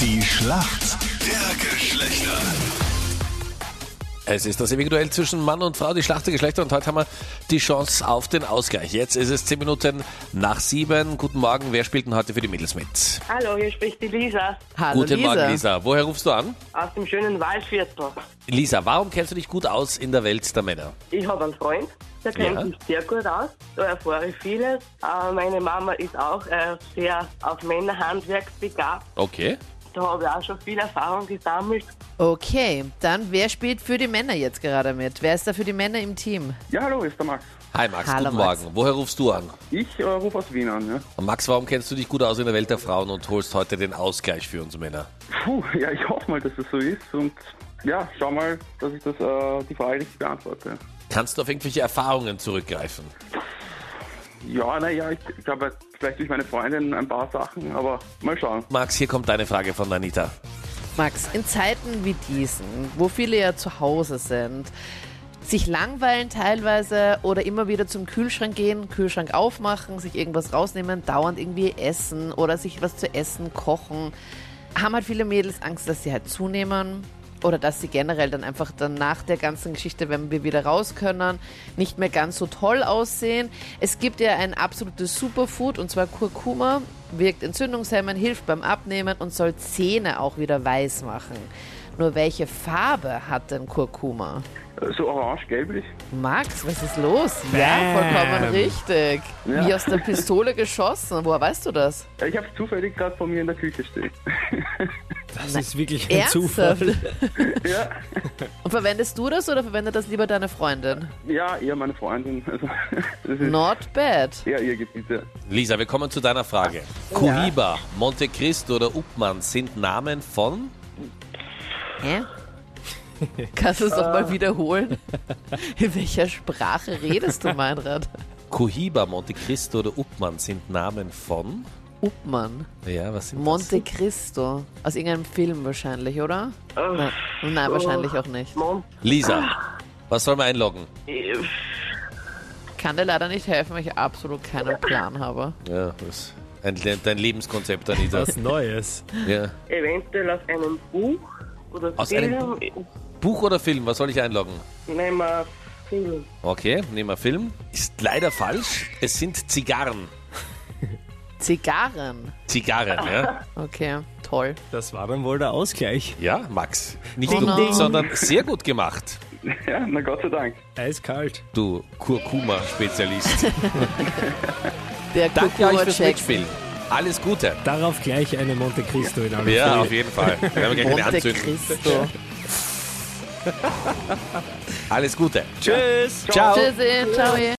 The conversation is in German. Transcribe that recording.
Die Schlacht der Geschlechter. Es ist das ewige Duell zwischen Mann und Frau, die Schlacht der Geschlechter und heute haben wir die Chance auf den Ausgleich. Jetzt ist es 10 Minuten nach 7. Guten Morgen, wer spielt denn heute für die Mädels mit? Hallo, hier spricht die Lisa Hallo Guten Lisa. Morgen, Lisa. Woher rufst du an? aus dem schönen Waldviertel. Lisa, warum kennst du dich gut aus in der Welt der Männer? Ich habe einen Freund, der kennt Ja. sich sehr gut aus, da erfahre ich vieles. Äh, meine Mama ist auch äh, sehr auf Männerhandwerk begabt, Okay. da habe ich auch schon viel Erfahrung gesammelt. Okay, dann wer spielt für die Männer jetzt gerade mit? Wer ist da für die Männer im Team? Ja, hallo, hier ist der Max. Hi Max, Hallo, guten Max. Morgen. Woher rufst du an? Ich äh, rufe aus Wien an. Ja. Und Max, warum kennst du dich gut aus in der Welt der Frauen und holst heute den Ausgleich für uns Männer? Puh, ja, ich hoffe mal, dass es so ist und ja, schau mal, dass ich das, äh, die Frage richtig beantworte. Kannst du auf irgendwelche Erfahrungen zurückgreifen? Ja, naja, ich, ich habe vielleicht durch meine Freundin ein paar Sachen, aber mal schauen. Max, hier kommt deine Frage von Anita. Max, in Zeiten wie diesen, wo viele ja zu Hause sind, sich langweilen teilweise oder immer wieder zum Kühlschrank gehen, Kühlschrank aufmachen, sich irgendwas rausnehmen, dauernd irgendwie essen oder sich was zu essen kochen, haben halt viele Mädels Angst, dass sie halt zunehmen oder dass sie generell dann einfach dann nach der ganzen Geschichte, wenn wir wieder raus können, nicht mehr ganz so toll aussehen. Es gibt ja ein absolutes Superfood und zwar Kurkuma, wirkt entzündungshemmend, hilft beim Abnehmen und soll Zähne auch wieder weiß machen. Nur welche Farbe hat denn Kurkuma? Äh, So orange-gelblich? Max, was ist los? Ja, vollkommen richtig. Ja. Wie aus der Pistole geschossen. Woher weißt du das? Ja, Äh, Ich habe es zufällig gerade vor mir in der Küche stehen. Das ist wirklich ein Ernsthaft? Zufall. ja, Und verwendest du das oder verwendet das lieber deine Freundin? ja, eher meine Freundin. Also, das ist Not bad. eher ihr Gebiet. ja. Lisa, wir kommen zu deiner Frage. Cohiba, Monte Cristo oder Uppmann sind Namen von? Hä? Kannst du es doch mal wiederholen? In welcher Sprache redest du, Meinrad? Cohiba, Monte Cristo oder Uppmann sind Namen von? Uppmann. Ja, was sind Monte Cristo. Aus irgendeinem Film wahrscheinlich, oder? Nein, nein wahrscheinlich auch nicht. Äh, Mom, das? Ah. Lisa, was soll man einloggen? äh, Kann dir leider nicht helfen, weil ich absolut keinen Plan habe. Ja, das ein, dein Lebenskonzept, Anita. Was Neues. Ja. eventuell aus einem Buch oder Aus einem Film. Buch oder Film, was soll ich einloggen? Nehmen wir Film. Okay, nehmen wir Film. Ist leider falsch. Es sind Zigarren. Zigarren. Zigarren, ja? Okay, toll. Das war dann wohl der Ausgleich. Ja, Max. Nicht Ding, nur ding. gut, sondern sehr gut gemacht. Ja, na Gott sei Dank. Eiskalt. Du Kurkuma-Spezialist. Der Danke euch fürs Kuckuck-Check. Mitspielen. Alles Gute. Darauf gleich eine Monte Cristo in aller Ja, Frühe. auf jeden Fall. Wir haben gleich eine Monte Anzündung. Cristo. Alles Gute. Tschüss. Ciao. Tschüssi, ciao.